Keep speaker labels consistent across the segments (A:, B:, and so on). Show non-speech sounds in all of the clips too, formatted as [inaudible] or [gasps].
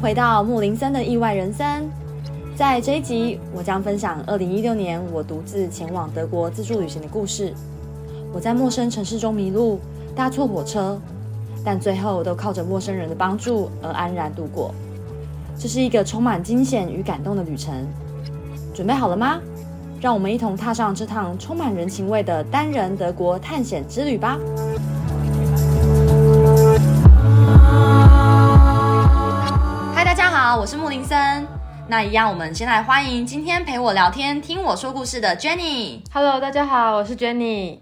A: 回到穆林森的意外人生，在这一集，我将分享2016年我独自前往德国自助旅行的故事。我在陌生城市中迷路，搭错火车，但最后都靠着陌生人的帮助而安然度过。这是一个充满惊险与感动的旅程。准备好了吗？让我们一同踏上这趟充满人情味的单人德国探险之旅吧！嗨，大家好，我是穆林森。那一样，我们先来欢迎今天陪我聊天、听我说故事的 Jenny。
B: Hello，大家好，我是 Jenny。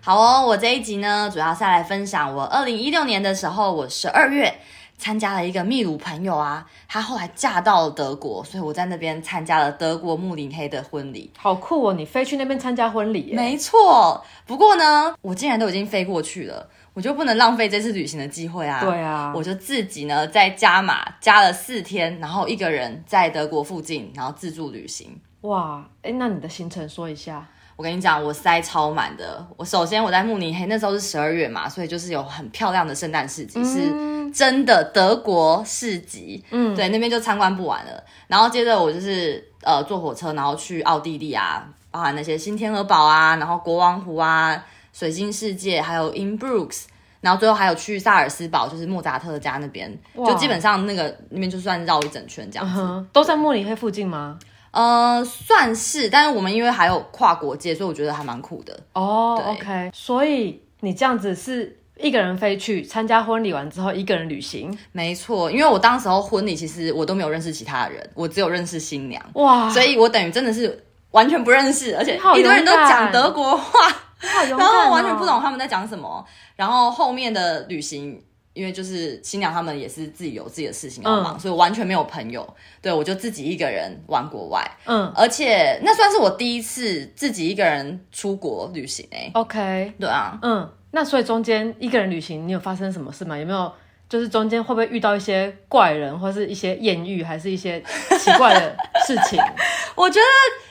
A: 好哦，我这一集呢，主要是要来分享我二零一六年的时候，我十二月参加了一个秘鲁朋友啊，她后来嫁到了德国，所以我在那边参加了德国慕尼黑的婚礼。
B: 好酷哦，你飞去那边参加婚礼耶？
A: 没错，不过呢，我既然都已经飞过去了，我就不能浪费这次旅行的机会啊。
B: 对啊，
A: 我就自己呢在加码加了四天，然后一个人在德国附近，然后自助旅行。
B: 哇，哎，那你的行程说一下。
A: [laughs] 我跟你讲，我塞超满的。我首先我在慕尼黑那时候是十二月嘛，所以就是有很漂亮的圣诞市集，
B: 嗯
A: 是真的德国市集。嗯，对，那边就参观不完了。然后接着我就是呃坐火车，然后去奥地利啊，包含那些新天鹅堡啊，然后国王湖啊、水晶世界，还有 Inbrooks。然后最后还有去萨尔斯堡，就是莫扎特家那边，
B: 哇
A: 就基本上那个那边就算绕一整圈这样
B: 嗯
A: 子。
B: 哼，都在慕尼黑附近吗？
A: 呃，算是，但是我们因为还有跨国界，所以我觉得还蛮酷的。
B: 哦、
A: 对
B: o k 所以你这样子是一个人飞去参加婚礼完之后一个人旅行？
A: 没错，因为我当时候婚礼其实我都没有认识其他人，我只有认识新娘，
B: 哇，
A: 所以我等于真的是完全不认识，而且
B: 你好
A: 一堆人
B: 勇
A: 都
B: 敢
A: 讲德国话，
B: 你好
A: 然
B: 勇敢、哦、
A: 后完全不懂他们在讲什么。然后后面的旅行，因为就是新娘他们也是自己有自己的事情要忙，
B: 嗯
A: 所以我完全没有朋友，对我就自己一个人玩国外，
B: 嗯
A: 而且那算是我第一次自己一个人出国旅行诶、
B: ，OK，
A: 对啊，
B: 嗯，那所以中间一个人旅行，你有发生什么事吗？有没有？就是中间会不会遇到一些怪人，或是一些艳遇，还是一些奇怪的事
A: [laughs]
B: 情？
A: 我觉得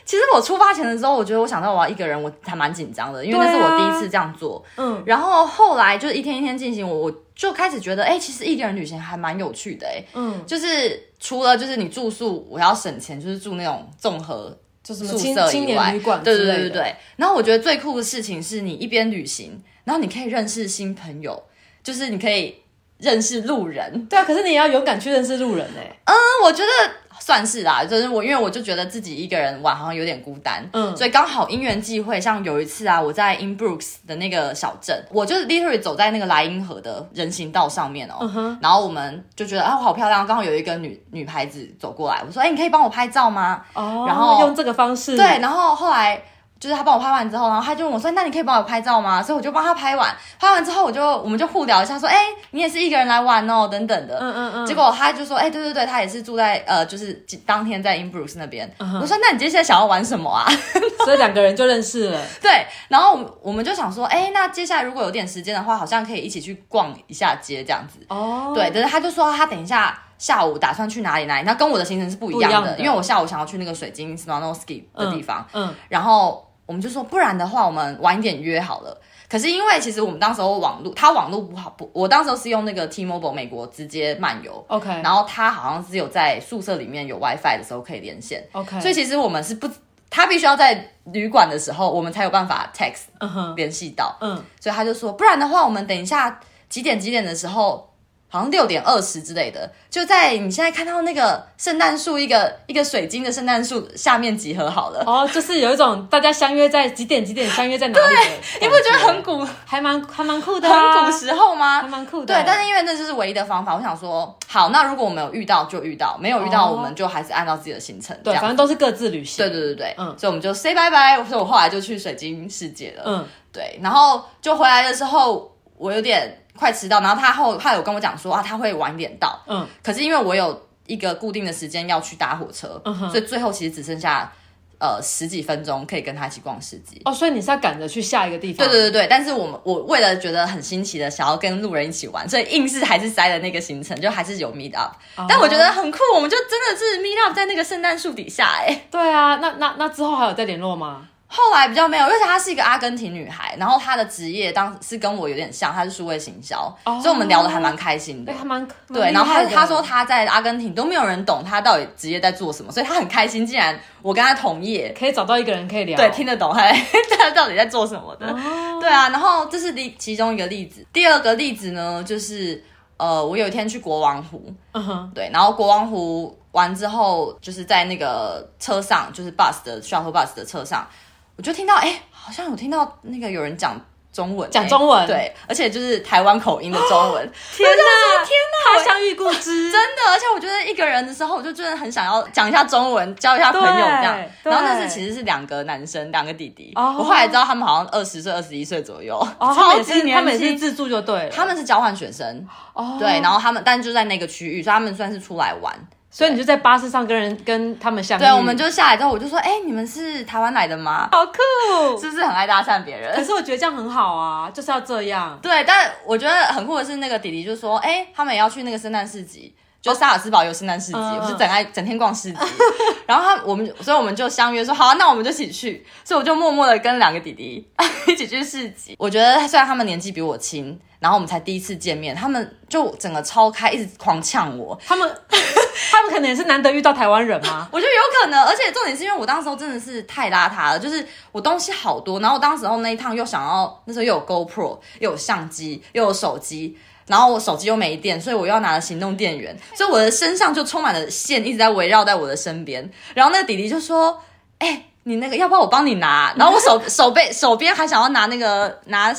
A: 其实我出发前的时候，我觉得我想到我要一个人，我还蛮紧张的，因为那是
B: 对
A: 我
B: 啊
A: 第一次这样做。
B: 嗯，
A: 然后后来就是一天一天进行，我我就开始觉得，哎、其实一个人旅行还蛮有趣的、哎，
B: 嗯，
A: 就是除了就是你住宿，我要省钱，就是住那种综合
B: 就是
A: 宿舍
B: 青
A: 以
B: 年
A: 外，
B: 旅馆
A: 对
B: 之
A: 对
B: 类的，
A: 对对对。然后我觉得最酷的事情是你一边旅行，然后你可以认识新朋友，就是你可以认识路人，
B: 对啊，可是你也要勇敢去认识路人哎、
A: 我觉得算是啦、就是我因为我就觉得自己一个人玩好像有点孤单，
B: 嗯
A: 所以刚好因缘际会，像有一次啊，我在 Inbrooks 的那个小镇，我就是 literally 走在那个莱茵河的人行道上面哦，然后我们就觉得啊，我好漂亮，刚好有一个女女孩子走过来，我说，哎、你可以帮我拍照吗？
B: 哦
A: 然后
B: 用这个方式，
A: 对，，然后后来就是他帮我拍完之后，然后他就问我说：“那你可以帮我拍照吗？”所以我就帮他拍完，拍完之后我就我们就互聊一下，说：“哎、你也是一个人来玩哦，等等的。”
B: 嗯嗯嗯
A: 结果他就说：“哎、对对对，他也是住在呃，就是当天在 Inbrooks 那边。
B: 嗯
A: 我说：“那你接下来想要玩什么啊？” [laughs]
B: 所以两个人就认识了。
A: 对，然后我们我们就想说：“哎、那接下来如果有点时间的话，好像可以一起去逛一下街这样子。”
B: 哦，
A: [laughs] 对，但是他就说他等一下下午打算去哪里哪里，那跟我的行程是不一样的，
B: 不一样的
A: 因为我下午想要去那个水晶 s w a n o w s k i 的地方，
B: 嗯，
A: 然后我们就说，不然的话，我们晚一点约好了。可是因为其实我们当时候网络，他网络不好，不，我当时候是用那个 T-Mobile 美国直接漫游
B: OK
A: 然后他好像是有在宿舍里面有 WiFi 的时候可以连线
B: OK
A: 所以其实我们是不，他必须要在旅馆的时候，我们才有办法 text
B: 嗯哼，
A: 联系到，
B: 嗯，
A: 所以他就说，不然的话，我们等一下几点几点的时候，好像六点二十之类的，就在你现在看到那个圣诞树一个一个水晶的圣诞树下面集合好了。
B: 哦，就是有一种大家相约在几点几点相约在
A: [laughs]
B: 哪里的，
A: 你不觉得很古
B: 还蛮还蛮酷的、
A: [laughs]
B: 啊，
A: 很古时候
B: 还
A: 吗？
B: 蛮酷的。
A: 对，但是因为那就是唯一的方法，我想说，好，那如果我们有遇到就遇到，没有遇到
B: 哦
A: 我们就还是按照自己的行程这
B: 对，反
A: 样。
B: 正都是各自旅行。
A: 对对对对，
B: 嗯
A: 所以我们就 say 拜拜，所以我后来就去水晶世界了。
B: 嗯，
A: 对，然后就回来的时候，我有点快迟到，然后他后他有跟我讲说啊，他会晚一点到，
B: 嗯，
A: 可是因为我有一个固定的时间要去搭火车，
B: 嗯哼
A: 所以最后其实只剩下呃十几分钟可以跟他一起逛市集。
B: 哦，所以你是要赶着去下一个地方。
A: 对对对对，但是我们我为了觉得很新奇的，想要跟路人一起玩，所以硬是还是塞了那个行程，就还是有 meet up、
B: 哦
A: 但我觉得很酷，我们就真的是 meet up 在那个圣诞树底下、欸，哎，
B: 对啊，那那那之后还有再联络吗？
A: 后来比较没有，而且她是一个阿根廷女孩，然后她的职业当是跟我有点像，她是数位行销
B: 哦
A: 所以我们聊得还蛮开心的
B: 对，。还蛮
A: 对，然后她
B: 他
A: 她说她在阿根廷都没有人懂她到底职业在做什么，所以她很开心，竟然我跟她同业，
B: 可以找到一个人可以聊，
A: 对，听得懂 [laughs] 她她到底在做什么的。
B: 哦，
A: 对啊，然后这是例其中一个例子。第二个例子呢，就是呃，我有一天去国王湖，
B: 嗯哼，
A: 对，然后国王湖完之后，就是在那个车上，就是 bus 的 shuttle bus 的车上，我就听到，哎、好像有听到那个有人讲中文、
B: 讲
A: 诶
B: 中文
A: 对，而且就是台湾口音的中文，
B: 天哪，
A: 天
B: 哪，他相遇故知，
A: 真的，而且我觉得一个人的时候，我就真的很想要讲一下中文，交一下朋友这样。
B: 对
A: 然后那
B: 对
A: 是其实是两个男生，两个弟弟。
B: 哦
A: 我后来知道他们好像二十岁、二十一岁左右，
B: 哦，他
A: 超
B: 们也
A: 级
B: 是他们
A: 年
B: 也是
A: 轻。
B: 自助就对了，
A: 他们是交换学生，
B: 哦，
A: 对，然后他们但就在那个区域，所以他们算是出来玩。
B: 所以你就在巴士上跟人跟他们相遇，
A: 对，我们就下来之后，我就说：“哎、你们是台湾来的吗？
B: 好酷，
A: 是不是很爱搭讪别
B: 可
A: 人
B: 是我觉得这样很好啊，就是要这样？”。
A: 对，但我觉得很酷的是，那个弟弟就说：“哎、他们也要去那个圣诞市集，就萨尔斯堡有圣诞市集，
B: 嗯
A: 我是整爱整天逛市集。 [laughs] 然后他我们，所以我们就相约说：“好、啊，那我们就一起去。”所以我就默默的跟两个弟弟一起去市集。我觉得虽然他们年纪比我轻，然后我们才第一次见面，他们就整个超开，一直狂呛我，
B: 他们 [laughs] 他们可能也是难得遇到台湾人吗？
A: 我觉得有可能，而且重点是因为我当时候真的是太邋遢了，就是我东西好多，然后我当时候那一趟又想要，那时候又有 GoPro，又有相机，又有手机，然后我手机又没电，所以我又要拿着行动电源，
B: 哎
A: 所以我的身上就充满了线，一直在围绕在我的身边。然后那个弟弟就说：“哎、你那个要不要我帮你拿？”然后我
B: [laughs]
A: 手手背手边还想要拿那个拿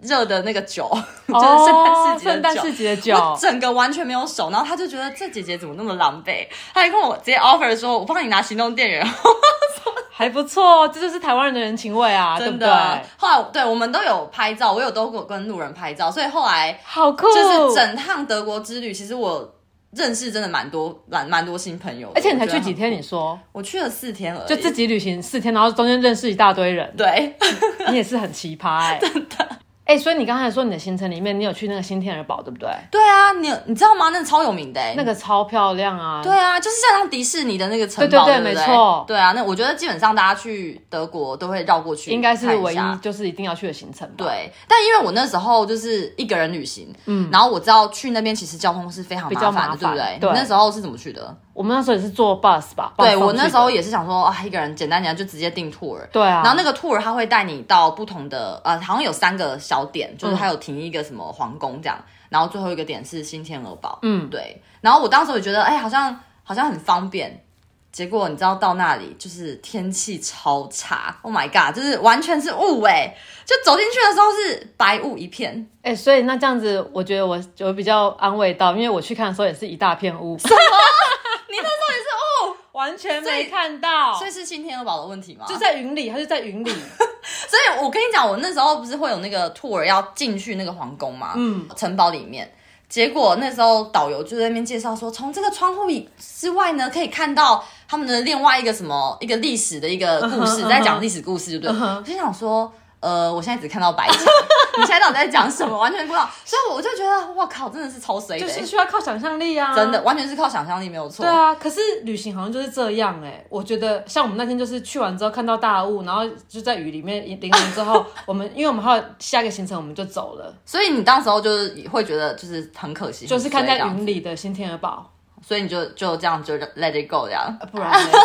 A: 热的那个酒， [laughs] [laughs] 就是圣诞市集的酒。
B: 哦圣诞市集的
A: 我
B: 酒，
A: 整个完全没有手，然后他就觉得这姐姐怎么那么狼狈，他还跟我直接 offer 说，我帮你拿行动电源，
B: 啊还不错，这就是台湾人的人情味啊，对
A: 真
B: 不
A: 的。
B: 对？
A: 后来对我们都有拍照，我有都有跟路人拍照，所以后来
B: 好酷，
A: 就是整趟德国之旅，其实我认识真的蛮多蛮蛮多新朋友的，
B: 而且你才
A: 我觉得
B: 去
A: 很
B: 几天？你说
A: 我去了四天而已，
B: 就自己旅行四天，然后中间认识一大堆人， [laughs]
A: 对
B: 你也是很奇葩
A: [laughs]
B: 哎、真的。哎、所以你刚才说你的行程里面，你有去那个新天鹅堡，对不对？
A: 对啊，你有你知道吗？那个超有名的、欸，
B: 那个超漂亮啊！
A: 对啊，就是像迪士尼的那个城
B: 对
A: 堡，
B: 对对
A: 不对
B: 没错
A: 对啊，那我觉得基本上大家去德国都会绕过去看下，
B: 应该是唯一就是一定要去的行程吧。，
A: 对，但因为我那时候就是一个人旅行，嗯，然后我知道去那边其实交通是非常
B: 比较
A: 烦
B: 麻
A: 的，对不对？
B: 烦对
A: 你那时候是怎么去的？
B: 我们那时候也是坐 bus 吧。bus
A: 对我
B: 上去
A: 那时候
B: 的
A: 也是想说啊，一个人简单简单就直接订 tour，
B: 对啊，
A: 然后那个 tour 他会带你到不同的呃，好像有三个小点，
B: 嗯
A: 就是他有停一个什么皇宫这样，然后最后一个点是新天鹅堡，
B: 嗯
A: 对。然后我当时也觉得，哎、好像好像很方便。结果你知道到那里就是天气超差，Oh my god，就是完全是雾哎、就走进去的时候是白雾一片，
B: 哎、所以那这样子，我觉得我我比较安慰到，因为我去看的时候也是一大片雾，
A: [laughs] 你那时
B: 完全
A: 所以
B: 没看到，
A: 候所以是新天鹅堡的问题吗？
B: 就在云里，它就在
A: [laughs]
B: 云里，
A: 所以我跟你讲，我那时候不是会有那个 tour 要进去那个皇宫嘛，嗯，城堡里面。结果那时候导游就在那边介绍说，从这个窗户以之外呢，可以看到他们的另外一个什么一个历史的一个故事
B: 嗯哼
A: 在
B: 嗯
A: 讲
B: 哼
A: 历史故事，对不对？我就想说，呃，我现在只看到白墙，你现在到底在讲什么？完全不知道。所以我就觉得，哇靠，真的是超随的
B: 就
A: 欸、
B: 是需要靠想象力啊，
A: 真的。完全是靠想象力，没有错。
B: 对啊，可是旅行好像就是这样哎、我觉得像我们那天就是去完之后看到大雾，然后就在雨里面淋完
A: [laughs]
B: 之后，我们因为我们还有下一个行程，我们就走了，
A: 所以你当时候就是会觉得就是很可惜，
B: 就是看
A: 很衰
B: 在
A: 这样
B: 云里的新天鹅堡，
A: 所以你就就这样就 let it go 这样。
B: 呃不然呢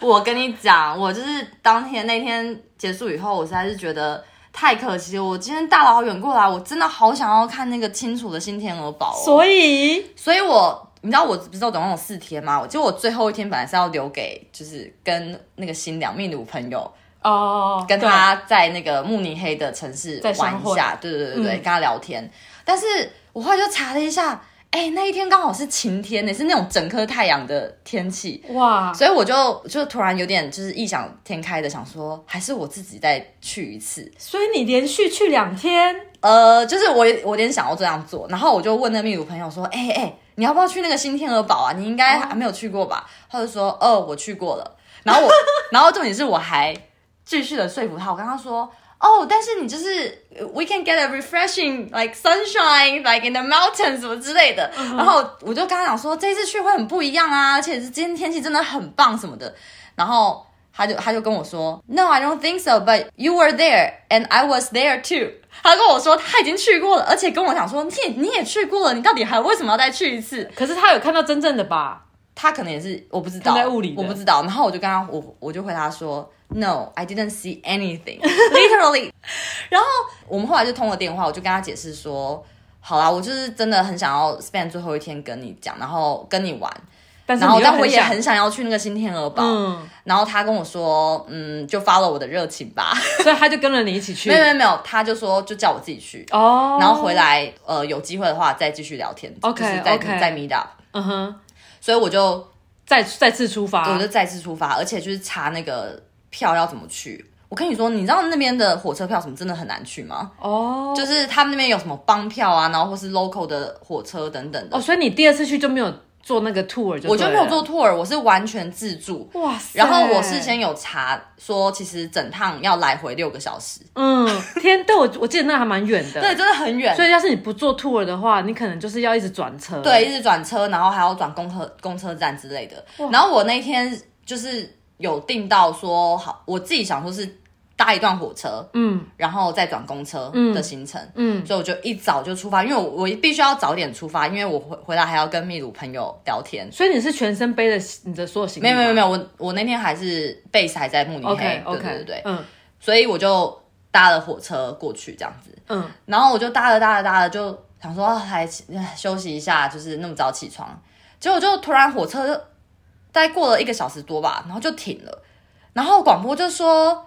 A: 我跟你讲，我就是当天那天结束以后，我实在是觉得太可惜了。我今天大老远过来，我真的好想要看那个清楚的新天鹅堡、哦。
B: 所以
A: 所以我你知道我不是总共有四天吗？我就我最后一天本来是要留给就是跟那个新娘秘鲁朋友，
B: 哦，
A: 跟
B: 对
A: 他在那个慕尼黑的城市
B: 再相
A: 玩一
B: 会
A: 下，对对对对，
B: 嗯
A: 跟他聊天。但是我后来就查了一下，哎、那一天刚好是晴天呢，是那种整颗太阳的天气。
B: 哇，
A: 所以我就就突然有点就是异想天开的想说，还是我自己再去一次。
B: 所以你连续去两天，
A: 呃，就是我我有点想要这样做，然后我就问那秘鲁朋友说，哎、哎、你要不要去那个新天鹅堡啊？你应该还没有去过吧？他就说，哦，我去过了。然后我， [laughs] 然后重点是我还继续的说服他，我跟他说。哦但是你就是呃 we can get a refreshing like sunshine like in the mountain 什么之类的然后我就跟他讲说这一次去会很不一样啊，而且是今天天气真的很棒什么的，然后他就他就跟我说，No, I don't think so, but you were there and I was there too。他跟我说他已经去过了，而且跟我讲说你也你也去过了，你到底还为什么要再去一次？
B: 可是他有看到真正的吧？
A: 他可能也是我不知道，
B: 看在雾里的
A: 我不知道。然后我就跟他我我就回答说，No, I didn't see anything, [laughs] literally。然后我们后来就通了电话，我就跟他解释说，好啦，我就是真的很想要 spend 最后一天跟你讲，然后跟你玩。
B: 但是
A: 然后
B: 你又
A: 但我也
B: 想
A: 很想要去那个新天鹅堡。
B: 嗯，
A: 然后他跟我说，嗯，就 follow 我的热情吧。
B: 所以他就跟了你一起去
A: 没。有没有没有，他就说就叫我自己去，
B: 哦，
A: 然后回，来，呃，有机会的话再继续聊天
B: OK，
A: 就是再
B: OK
A: 再 meet up。
B: 嗯哼，
A: 所以我就
B: 再再次出发，
A: 我就再次出发，而且就是查那个票要怎么去。我跟你说，你知道那边的火车票什么真的很难去吗？
B: 哦，
A: 就是他们那边有什么帮票啊，然后或是 local 的火车等等的。
B: 哦，所以你第二次去就没有做那个 tour，就
A: 我
B: 对
A: 就
B: 了
A: 没有做 tour，我是完全自助。
B: 哇塞！
A: 然后我事先有查说，其实整趟要来回六个小时，
B: 嗯，天，对我我记得那还蛮远的，
A: 对，，真的很远。
B: 所以要是你不做 tour 的话，你可能就是要一直转车，
A: 对，，一直转车，然后还要转公车、公车站之类的。然后我那天就是有订到说，好，我自己想说是搭一段火车，
B: 嗯
A: 然后再转公车的行程，
B: 嗯，
A: 所以我就一早就出发，因为我我必须要早点出发，因为我回回来还要跟秘鲁朋友聊天。
B: 所以你是全身背着你的所有行李
A: 没
B: 吗，
A: 有没有没有，我我那天还是 base 还在慕尼黑
B: ，OK
A: 对
B: OK，
A: 对对对，
B: 嗯
A: 所以我就搭了火车过去这样子，
B: 嗯，
A: 然后我就搭了搭了搭了，就想说啊还起唉休息一下，就是那么早起床，结果就突然火车就大概过了一个小时多吧，然后就停了，然后广播就说，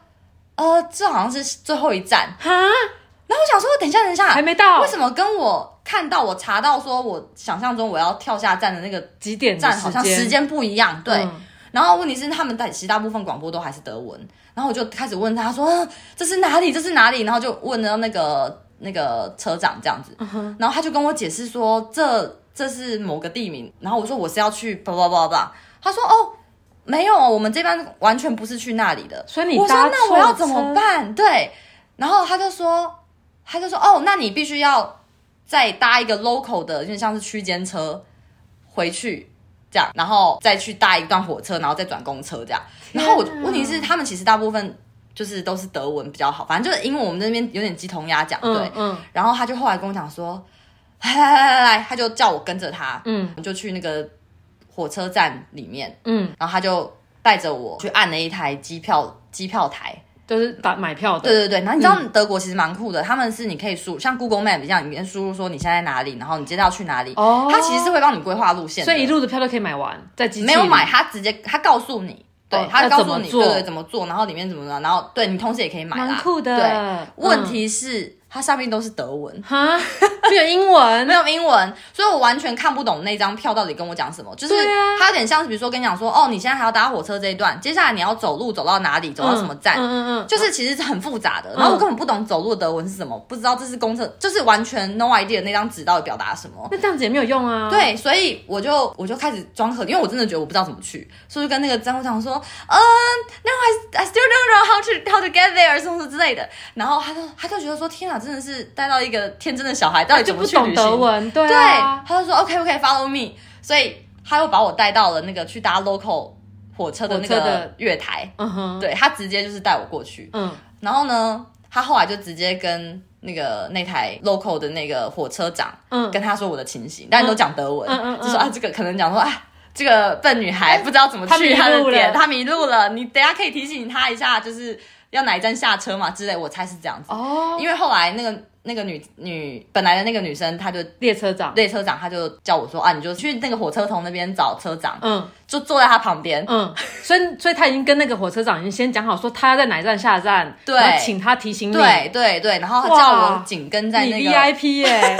A: 呃，这好像是最后一站。
B: 哈，
A: 然后我想说，等一下，等一下，
B: 还没到
A: 为什么跟我看到我查到说我想象中我要跳下站的那个
B: 几点的
A: 站好像时间不一样？对。
B: 嗯
A: 然后问题是，他们在其实大部分广播都还是德文，然后我就开始问他说啊：“这是哪里？这是哪里？”然后就问了那个那个车长这样子，然后他就跟我解释说：“这这是某个地名。”然后我说：“我是要去叭叭叭叭。”他说：“哦，没有，我们这班完全不是去那里的。”
B: 所以你
A: 我说
B: 搭
A: 那我要
B: 错
A: 怎么
B: 车
A: 办？对，然后他就说，他就说哦，那你必须要再搭一个 local 的，有点像是区间车回去这样，然后再去搭一段火车，然后再转公车这样。然后我
B: 天哪
A: 问题是，他们其实大部分就是都是德文比较好，反正就是因为我们那边有点鸡同鸭讲，对。
B: 嗯嗯
A: 然后他就后来跟我讲说，来来来来来，他就叫我跟着他，
B: 嗯
A: 我们就去那个火车站里面，
B: 嗯，
A: 然后他就带着我去按了一台机票机票台。
B: 就是打买票的，
A: 对对对，然后你知道
B: 嗯
A: 德国其实蛮酷的，他们是你可以输像 Google Map 一样，里面输入说你现在在哪里，然后你接到去哪里，
B: 哦
A: 它其实是会帮你规划路线的，
B: 所以一路的票都可以买完，在机器
A: 没有
B: 里
A: 买，它直接它告诉你，对
B: 哦，
A: 它
B: 要
A: 告
B: 怎
A: 诉
B: 么
A: 你
B: 做
A: 对对怎么做，然后里面怎么做，然后对你同时也可以买啦，
B: 蛮酷的嗯
A: 对，问题是它上面都是德文。
B: 哈，没有英
A: [laughs]
B: 文，
A: 没有英文，所以我完全看不懂那张票到底跟我讲什么。就是
B: 对啊
A: 它有点像是，比如说跟你讲说，哦，你现在还要搭火车这一段，接下来你要走路走到哪里，走到什么站，
B: 嗯嗯嗯，
A: 就是其实是很复杂的，然后我根本不懂走路的德文是什么，不知道这是公厕，就是完全 no idea 那张纸到底表达什么。
B: 那这样子也没有用啊，，
A: 对，所以我就我就开始装可怜，因为我真的觉得我不知道怎么去，所以就跟那个站务长说，嗯、n o I I still don't know how to how to get there 什么什么之类的。然后他就他就觉得说，天啊，真的是带到一个天真的小孩，到底
B: 就
A: 怎么
B: 不
A: 去旅
B: 懂
A: 行？
B: 德文，对
A: 对
B: 啊，，
A: 他就说 OK OK follow me，所以他又把我带到了那个去搭 local 火车的那
B: 火车
A: 个
B: 的
A: 月台，
B: 嗯哼，
A: 对他直接就是带我过去。
B: 嗯，
A: 然后呢，他后来就直接跟那个那台 local 的那个火车长，
B: 嗯
A: 跟他说我的情形，但都讲德文，
B: 嗯嗯嗯
A: 就说啊，这个可能讲说啊。这个笨女孩不知道怎么去她
B: 她迷
A: 的
B: 路了
A: 点，她迷路了。你等一下可以提醒她一下，就是要哪一站下车嘛之类。我猜是这样子，
B: 哦，
A: 因为后来那个那个女女本来的那个女生，她就
B: 列车长，
A: 列车长，她就叫我说啊，你就去那个火车头那边找车长，
B: 嗯
A: 就坐在她旁边。
B: 嗯，所以所以他已经跟那个火车长已经先讲好，说他要在哪一站下站，
A: 对
B: 然后请他提醒你，
A: 对对对，然后她叫
B: 哇
A: 我紧跟
B: 你
A: 在那个
B: VIP 耶，
A: [laughs]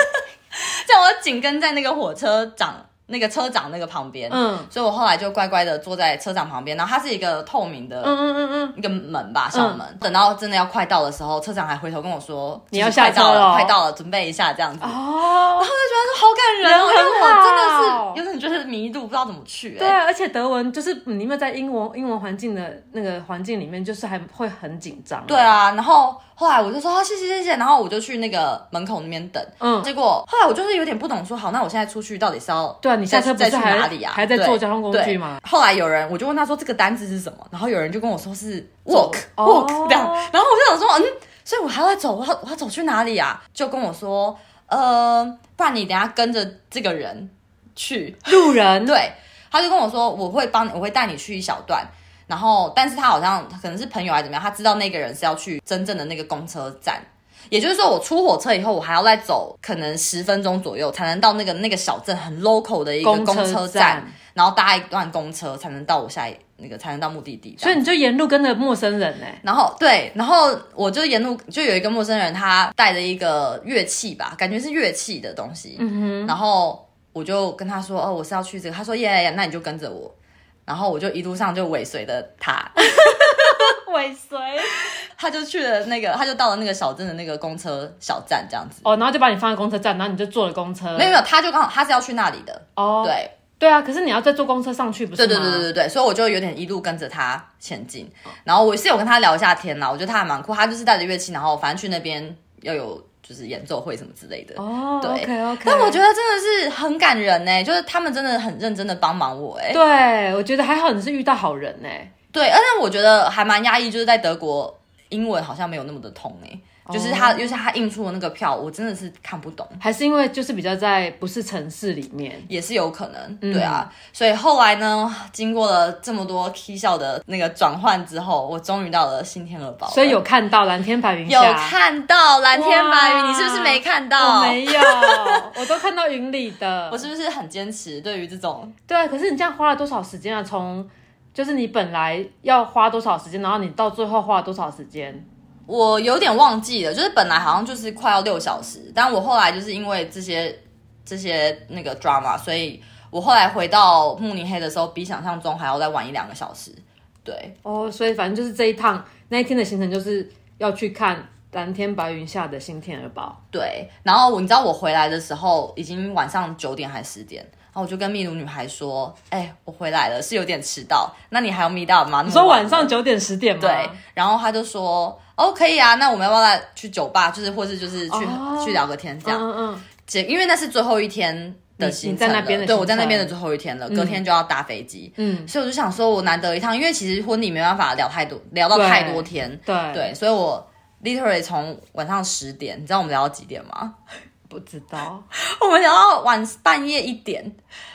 A: 叫我紧跟在那个火车长、那个车长那个旁边。
B: 嗯
A: 所以我后来就乖乖的坐在车长旁边，然后它是一个透明
B: 嗯
A: 的
B: 嗯嗯嗯，
A: 一个门吧，小门。等到真的要快到的时候，车长还回头跟我说：“
B: 你要
A: 就是快
B: 下车
A: 到了，
B: 了哦
A: 快到了，准备一下。”这样子，我就
B: 哦，
A: 觉得说好感人哦，因
B: 人很
A: 为我
B: 好
A: 真的是有点就是迷路，不知道怎么去、
B: 对
A: 哎，
B: 啊，而且德文就是你们在英文英文环境的那个环境里面，就是还会很紧张，
A: 对，啊。然后后来我就说啊，谢谢谢谢，然后我就去那个门口那边等。
B: 嗯，
A: 结果后来我就是有点不懂说，好，那我现在出去到底是要
B: 对啊，你下车不
A: 再去
B: 是还
A: 哪里啊？
B: 还在
A: 对
B: 坐交通工具
A: 对
B: 吗？
A: 后来有人我就问他说这个单字是什么，然后有人就跟我说是 walk
B: 哦
A: walk 这样，然后我就想说嗯，所以我还要再走，我要我要走去哪里啊？就跟我说呃，不然你等一下跟着这个人去，
B: 路人
A: 对，他就跟我说我会帮你，我会带你去一小段。然后，但是他好像可能是朋友还是怎么样，他知道那个人是要去真正的那个公车站，也就是说，我出火车以后，我还要再走可能十分钟左右，才能到那个那个小镇很 local 的一个
B: 公
A: 公车站，
B: 车站，
A: 然后搭一段公车才能到我下一那个才能到目的地。
B: 所以你就沿路跟着陌生人呢、欸
A: [laughs] 然后对，然后我就沿路就有一个陌生人，他带着一个乐器吧，感觉是乐器的东西。嗯哼。然后我就跟他说：“哦，我是要去这个。”他说：“耶耶耶，那你就跟着我。”然后我就一路上就尾随着他， [laughs]
B: 尾随
A: 他就去了那个，他就到了那个小镇的那个公车小站这样子。
B: 哦，然后就把你放在公车站，然后你就坐了公车。
A: 没有没有，他就刚好他是要去那里的，
B: 哦，
A: 对，
B: 对啊，可是你要再坐公车上去，不是
A: 对
B: 吗？
A: 对对对对对，所以我就有点一路跟着他前进，然后我是有跟他聊一下天啦，我觉得他还蛮酷，他就是带着乐器，然后反正去那边要有就是演奏会什么之类的。
B: 哦
A: 对
B: ，OK OK。
A: 但我觉得真的是很感人呢、就是他们真的很认真的帮忙我哎、
B: 对，我觉得还好你是遇到好人欸呢、
A: 对，而且我觉得还蛮压抑，就是在德国英文好像没有那么的通哎、就是
B: 哦
A: 他，尤其他印出的那个票，我真的是看不懂。
B: 还是因为就是比较在不是城市里面，
A: 也是有可能，对啊，
B: 嗯
A: 所以后来呢，经过了这么多 K 笑的那个转换之后，我终于到了新天鹅堡了，
B: 所以有看到蓝天白云
A: 有
B: 下。
A: 看到蓝天白云，
B: 哇
A: 你是不是没看
B: 我
A: 到？
B: 没有，我都看到云里的。
A: [laughs] 我是不是很坚持对于这种？
B: 对，啊可是你这样花了多少时间啊？从就是你本来要花多少时间，然后你到最后花了多少时间？
A: 我有点忘记了，就是本来好像就是快要六小时，但我后来就是因为这些这些那个 drama，所以我后来回到慕尼黑的时候，比想象中还要再晚一两个小时。对，
B: 哦，所以反正就是这一趟那一天的行程就是要去看蓝天白云下的新天鹅堡。
A: 对，然后我你知道我回来的时候已经晚上九点还是十点，然后我就跟秘鲁女孩说：“哎、我回来了，是有点迟到。那你还要 meet up 吗？”你
B: 你说晚上九点十点吗？
A: 对，然后她就说：“哦，可以啊，那我们要不要再去酒吧？就是或是就是去、
B: 哦
A: 去聊个天这
B: 嗯
A: 样？
B: 嗯嗯，
A: 结因为那是最后一天的
B: 你
A: 行
B: 你
A: 程
B: 在
A: 了，
B: 那边的
A: 对
B: 行
A: 我在那边的
B: 程
A: 最后一天了，隔天就要搭飞机。
B: 嗯
A: 所以我就想说，我难得一趟，因为其实婚礼没办法聊太多，聊到
B: 对
A: 太多天，
B: 对，
A: 对，所以我 literally 从晚上十点，你知道我们聊到几点吗？ [laughs]
B: 不知道
A: 我们聊到晚半夜一点，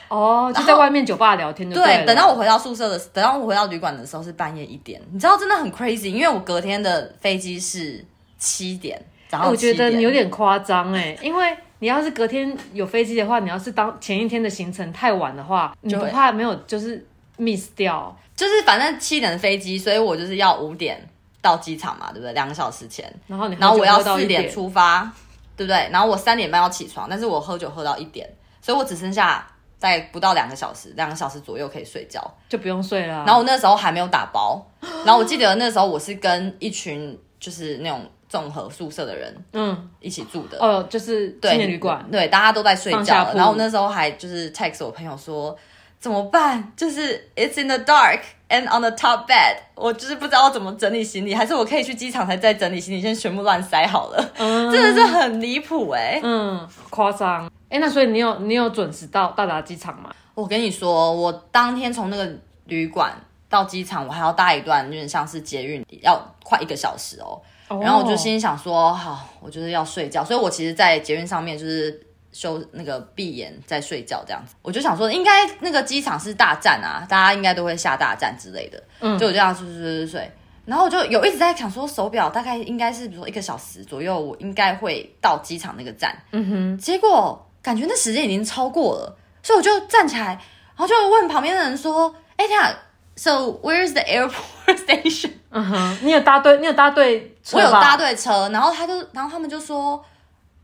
B: 哦，就在外面酒吧聊天就
A: 对，
B: 对了
A: 等到我回到宿舍的，等到我回到旅馆的时候是半夜一点，你知道真的很 crazy，因为我隔天的飞机是七点，然
B: 哎
A: 后
B: 我觉得你有
A: 点欸
B: 点夸张哎，因为你要是隔天有飞机的话，你要是当前一天的行程太晚的话，你
A: 就
B: 不
A: 会
B: 怕没有就是 miss 掉？
A: 就是反正七点的飞机，所以我就是要五点到机场嘛，对不对？两个小时前，
B: 然后你喝
A: 然后
B: 酒
A: 我要
B: 喝到
A: 四
B: 一
A: 点出发，对不对？然后我三点半要起床，但是我喝酒喝到一点，所以我只剩下在不到两个小时，两个小时左右可以睡觉。
B: 就不用睡了啊。
A: 然后我那时候还没有打包，然后我记得那时候我是跟一群就是那种综合宿舍的人
B: 嗯
A: 一起住的，
B: 哦，就是青
A: 对
B: 年旅馆，
A: 对，大家都在睡
B: 上
A: 觉
B: 下
A: 了，
B: 铺
A: 然后我那时候还就是 text 我朋友说怎么办，就是 it's in the dark and on the top bed，我就是不知道怎么整理行李，还是我可以去机场才再整理行李，先全部乱塞好了，
B: 嗯
A: 真的是很离谱哎、
B: 嗯，夸张。哎、那所以你有你有准时到到达机场吗？
A: 我跟你说，我当天从那个旅馆到机场，我还要搭一段有点像是捷运，要快一个小时哦。然后我就心里想说，好，我就是要睡觉，所以我其实，在捷运上面就是休那个闭眼在睡觉这样子。我就想说，应该那个机场是大站啊，大家应该都会下大站之类的，嗯，就我这样睡睡睡睡睡。然后我就有一直在想说，手表大概应该是比如说一个小时左右，我应该会到机场那个站。嗯哼，结果感觉那时间已经超过了，所以我就站起来，然后就问旁边的人说：“哎，等一下，So where's the airport [laughs] station？”
B: 嗯哼，你有搭对，你有搭对车
A: 我
B: 吧，
A: 有搭对车，然后他就，然后他们就说，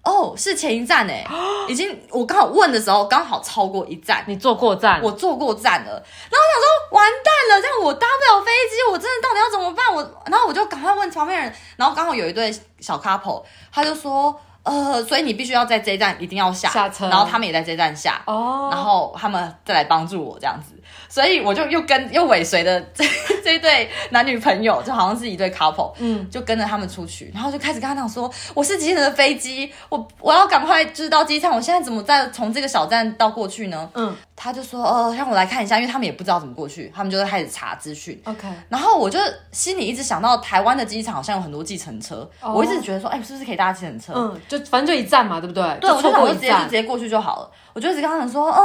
A: 哦，是前一站哎、 [gasps] 已经我刚好问的时候，刚好超过一站，
B: 你坐过站，
A: 我坐过站了，然后我想说完蛋了，这样我搭不了飞机，我真的到底要怎么办？我，然后我就赶快问旁边人，然后刚好有一对小 couple，他就说。呃，所以你必须要在这一站一定要下
B: 下车
A: 然后他们也在这一站下，
B: 哦，
A: 然后他们再来帮助我这样子，所以我就又跟又尾随的这这一对男女朋友，就好像是一对 couple，
B: 嗯，
A: 就跟着他们出去，然后就开始跟他讲说，我是几点的飞机，我我要赶快就是到机场，我现在怎么再从这个小站到过去呢？
B: 嗯
A: 他就说，呃，让我来看一下，因为他们也不知道怎么过去，他们就开始查资讯。
B: ，OK，
A: 然后我就心里一直想到台湾的机场好像有很多计程车
B: 哦
A: 我一直觉得说，哎、是不是可以搭计程车？
B: 嗯，就反正就一站嘛，对不对？
A: 对，
B: 就
A: 我就
B: 错
A: 想
B: 过
A: 说
B: 一
A: 直接就
B: 站
A: 直，接过去就好了。我就一直跟他们说，嗯，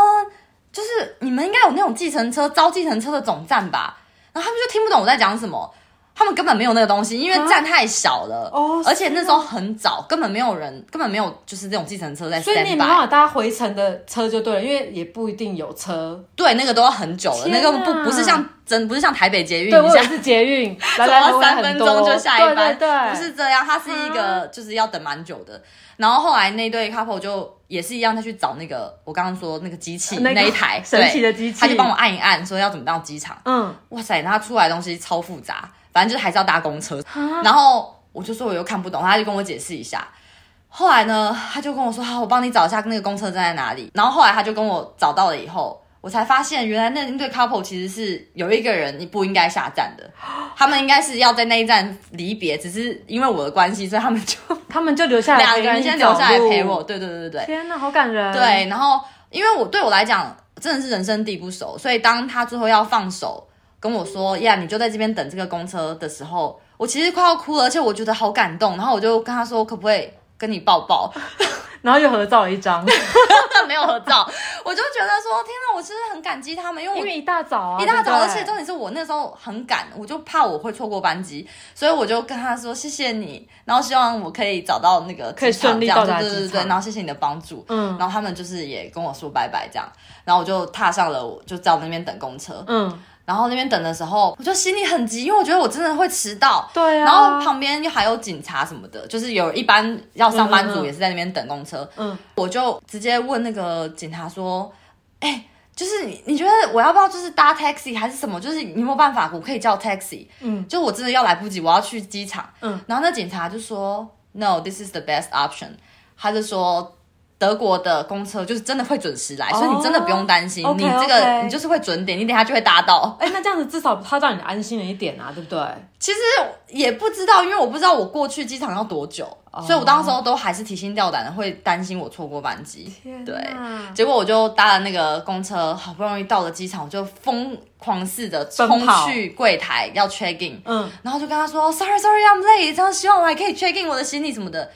A: 就是你们应该有那种计程车招计程车的总站吧？然后他们就听不懂我在讲什么，他们根本没有那个东西，因为站太小了，
B: 啊哦
A: 而且那时候很早，根本没有人，根本没有就是这种计程车在
B: 所以你也
A: stand
B: 没办
A: by。
B: 法搭回程的车就对了，因为也不一定有车。
A: 对，那个都要很久了，
B: 天
A: 那个不不是
B: 啊
A: 像真不是像台北捷运
B: 对，
A: 一
B: 我也
A: 下。
B: 是捷运，
A: [laughs]
B: 来
A: 走
B: 来
A: 到
B: 回
A: 三
B: 回
A: 分
B: 很
A: 钟
B: 多，
A: 就下一班，
B: 对对对，嗯
A: 不是这样，它是一个就是要等蛮久的。然后后来那对 couple 就也是一样，他去找那个我刚刚说那个机器
B: 那个
A: 一台
B: 神奇的机
A: 对
B: 器
A: 他就帮我按一按，说要怎么到机场。
B: 嗯，
A: 哇塞，那他出来的东西超复杂，反正就是还是要搭公车。然后我就说我又看不懂，他就跟我解释一下。后来呢，他就跟我说：“好，我帮你找一下那个公车站在哪里。”然后后来他就跟我找到了以后，我才发现原来那对 couple 其实是有一个人你不应该下站的，他们应该是要在那一站离别，只是因为我的关系，所以他们就
B: 他们就留下来，
A: 两个人先留下来陪我。。对对对对对，
B: 天哪，好感人。，
A: 对，然后因为我对我来讲真的是人生地不熟，所以当他最后要放手跟我说“呀，你就在这边等这个公车”的时候，我其实快要哭了，而且我觉得好感动。然后我就跟他说：“可不可以跟你抱抱？” [laughs]
B: 然后又合照了一张，
A: 没有合照，我就觉得说：“天哪，我真的很感激他们，因为
B: 因
A: 我
B: 为一大早
A: [laughs]
B: 啊，
A: 一大早，
B: 对不
A: 而
B: 对
A: 且重点是我那时候很赶，我就怕我会错过班机，所以我就跟他说谢谢你，然后希望我可以找到那个
B: 可以
A: 机场
B: 顺利
A: 这样
B: 到达
A: 对对对
B: 机
A: 对，
B: 场
A: 然后谢谢你的帮助，
B: 嗯
A: 然后他们就是也跟我说拜拜这样，然后我就踏上了，我就在我那边等公车，
B: 嗯，
A: 然后那边等的时候，我就心里很急，因为我觉得我真的会迟到。
B: 对啊。
A: 然后旁边又还有警察什么的，就是有一般要上班
B: 嗯嗯
A: 族
B: 嗯
A: 也是在那边等公车，
B: 嗯，
A: 我就直接问那个警察说：“哎、就是你你觉得我要不要就是搭 taxi 还是什么？就是你有没有办法，我可以叫 taxi？
B: 嗯，
A: 就我真的要来不及，我要去机场。
B: 嗯，
A: 然后那警察就说：“No，this is the best option。”他就说。德国的公车就是真的会准时来，所以你真的不用担心
B: OK，
A: 你这个
B: OK
A: 你就是会准点，你等一下就会搭到。
B: 哎，那这样子至少他让你安心了一点啊，对不对？
A: 其实也不知道，因为我不知道我过去机场要多久所以我当时候都还是提心吊胆的，会担心我错过班机。对，
B: 哪
A: 结果我就搭了那个公车，好不容易到了机场，我就疯狂似的冲
B: 奔跑
A: 去柜台要 check in，
B: 嗯，
A: 然后就跟他说 sorry sorry I'm late，这样希望我还可以 check in 我的行李什么的。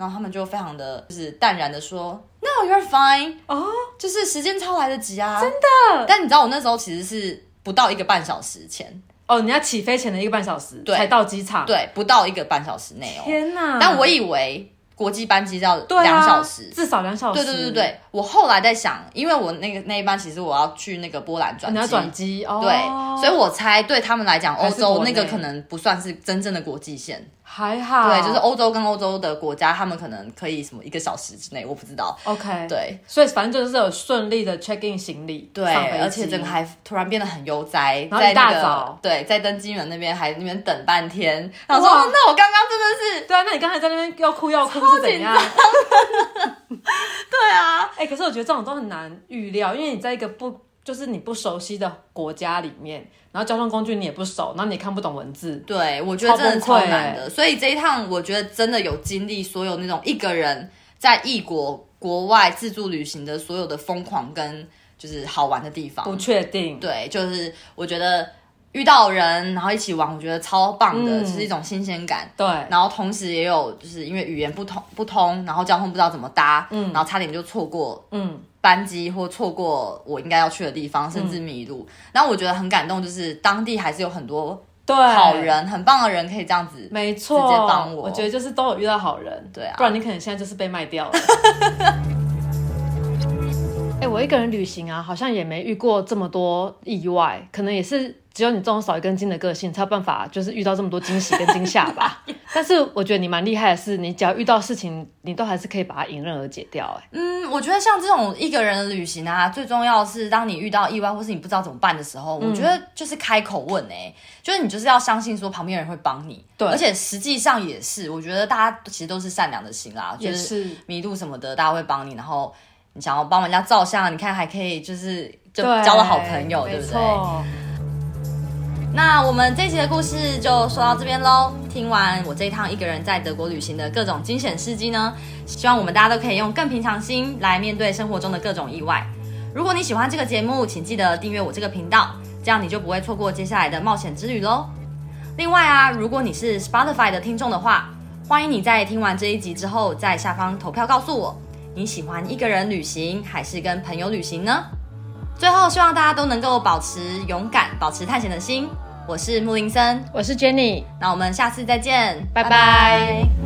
A: 然后他们就非常的就是淡然的说 No you're fine，
B: 哦，
A: 就是时间超来得及啊，真的。但你知道我那时候其实是不到一个半小时前，
B: 哦，你要起飞前的一个半小时
A: 对
B: 才到机场。，
A: 对，不到一个半小时内哦。
B: 天哪！
A: 但我以为国际班机要
B: 嗯对啊
A: 两小时，
B: 至少两小时。
A: 对对对对，我后来在想，因为我那个那一班其实我要去那个波兰转
B: 你
A: 机，
B: 要转机哦。
A: 对，所以我猜对他们来讲，欧
B: 还是
A: 洲
B: 国
A: 那
B: 内啊
A: 个可能不算是真正的国际线，
B: 还好。
A: 对，就是欧洲跟欧洲的国家，他们可能可以什么一个小时之内，我不知道，
B: OK。
A: 对。
B: 所以反正就是有顺利的 check in 行李，
A: 对，
B: 上飞机
A: 而且整个还突然变得很悠哉，
B: 然后
A: 在
B: 一大
A: 那个
B: 早
A: 对，在登机门那边还那边等半天，然后说
B: 哇
A: 哦那我刚刚真的是
B: 对啊，那你刚才在那边要哭要哭是怎样？
A: [laughs] 对啊，
B: 哎、可是我觉得这种都很难预料，因为你在一个不就是你不熟悉的国家里面，然后交通工具你也不熟，然后你也看不懂文字，
A: 对，我觉得真的
B: 超
A: 超
B: 崩溃欸
A: 难的。所以这一趟，我觉得真的有经历所有那种一个人在异国国外自助旅行的所有的疯狂跟就是好玩的地
B: 不
A: 方。
B: 确定。
A: 对，就是我觉得遇到人，然后一起玩，我觉得超棒的，
B: 嗯
A: 就是一种新鲜感。
B: 对，
A: 然后同时也有就是因为语言不通不通，然后交通不知道怎么搭，嗯，然后差点就错过
B: 嗯，
A: 班机或错过我应该要去的地方，甚至迷路。然后我觉得很感动，就是当地还是有很多
B: 对，
A: 好，人、很棒的人可以这样子
B: 没错，
A: 直接帮我
B: 我觉得就是都有遇到好人，
A: 对啊
B: 不然你可能现在就是被卖掉 [laughs] 了。哎、我一个人旅行啊，好像也没遇过这么多意外，可能也是只有你这种少一根筋的个性，才有办法就是遇到这么多惊喜跟惊吓 [laughs] 吧。但是我觉得你蛮厉害的是，你只要遇到事情，你都还是可以把它迎刃而解掉、哎，
A: 嗯，我觉得像这种一个人的旅行啊，最重要是当你遇到意外或是你不知道怎么办的时候，我觉得就是开口问哎、就是你就是要相信说旁边人会帮你，
B: 对
A: 而且实际上也是，我觉得大家其实都是善良的心啦，就
B: 也是
A: 迷路什么的，大家会帮你，然后你想要帮人家照相，你看还可以就是就
B: 对
A: 交了好朋友，对
B: 没
A: 不对？
B: 错
A: 那我们这一集的故事就说到这边喽。听完我这一趟一个人在德国旅行的各种惊险事迹呢，希望我们大家都可以用更平常心来面对生活中的各种意外。如果你喜欢这个节目，请记得订阅我这个频道，这样你就不会错过接下来的冒险之旅喽。另外啊，如果你是 Spotify 的听众的话，欢迎你在听完这一集之后，在下方投票告诉我，你喜欢一个人旅行还是跟朋友旅行呢？最后，希望大家都能够保持勇敢，保持探险的心。我是穆林森，
B: 我是 Jenny，
A: 那我们下次再见，
B: 拜拜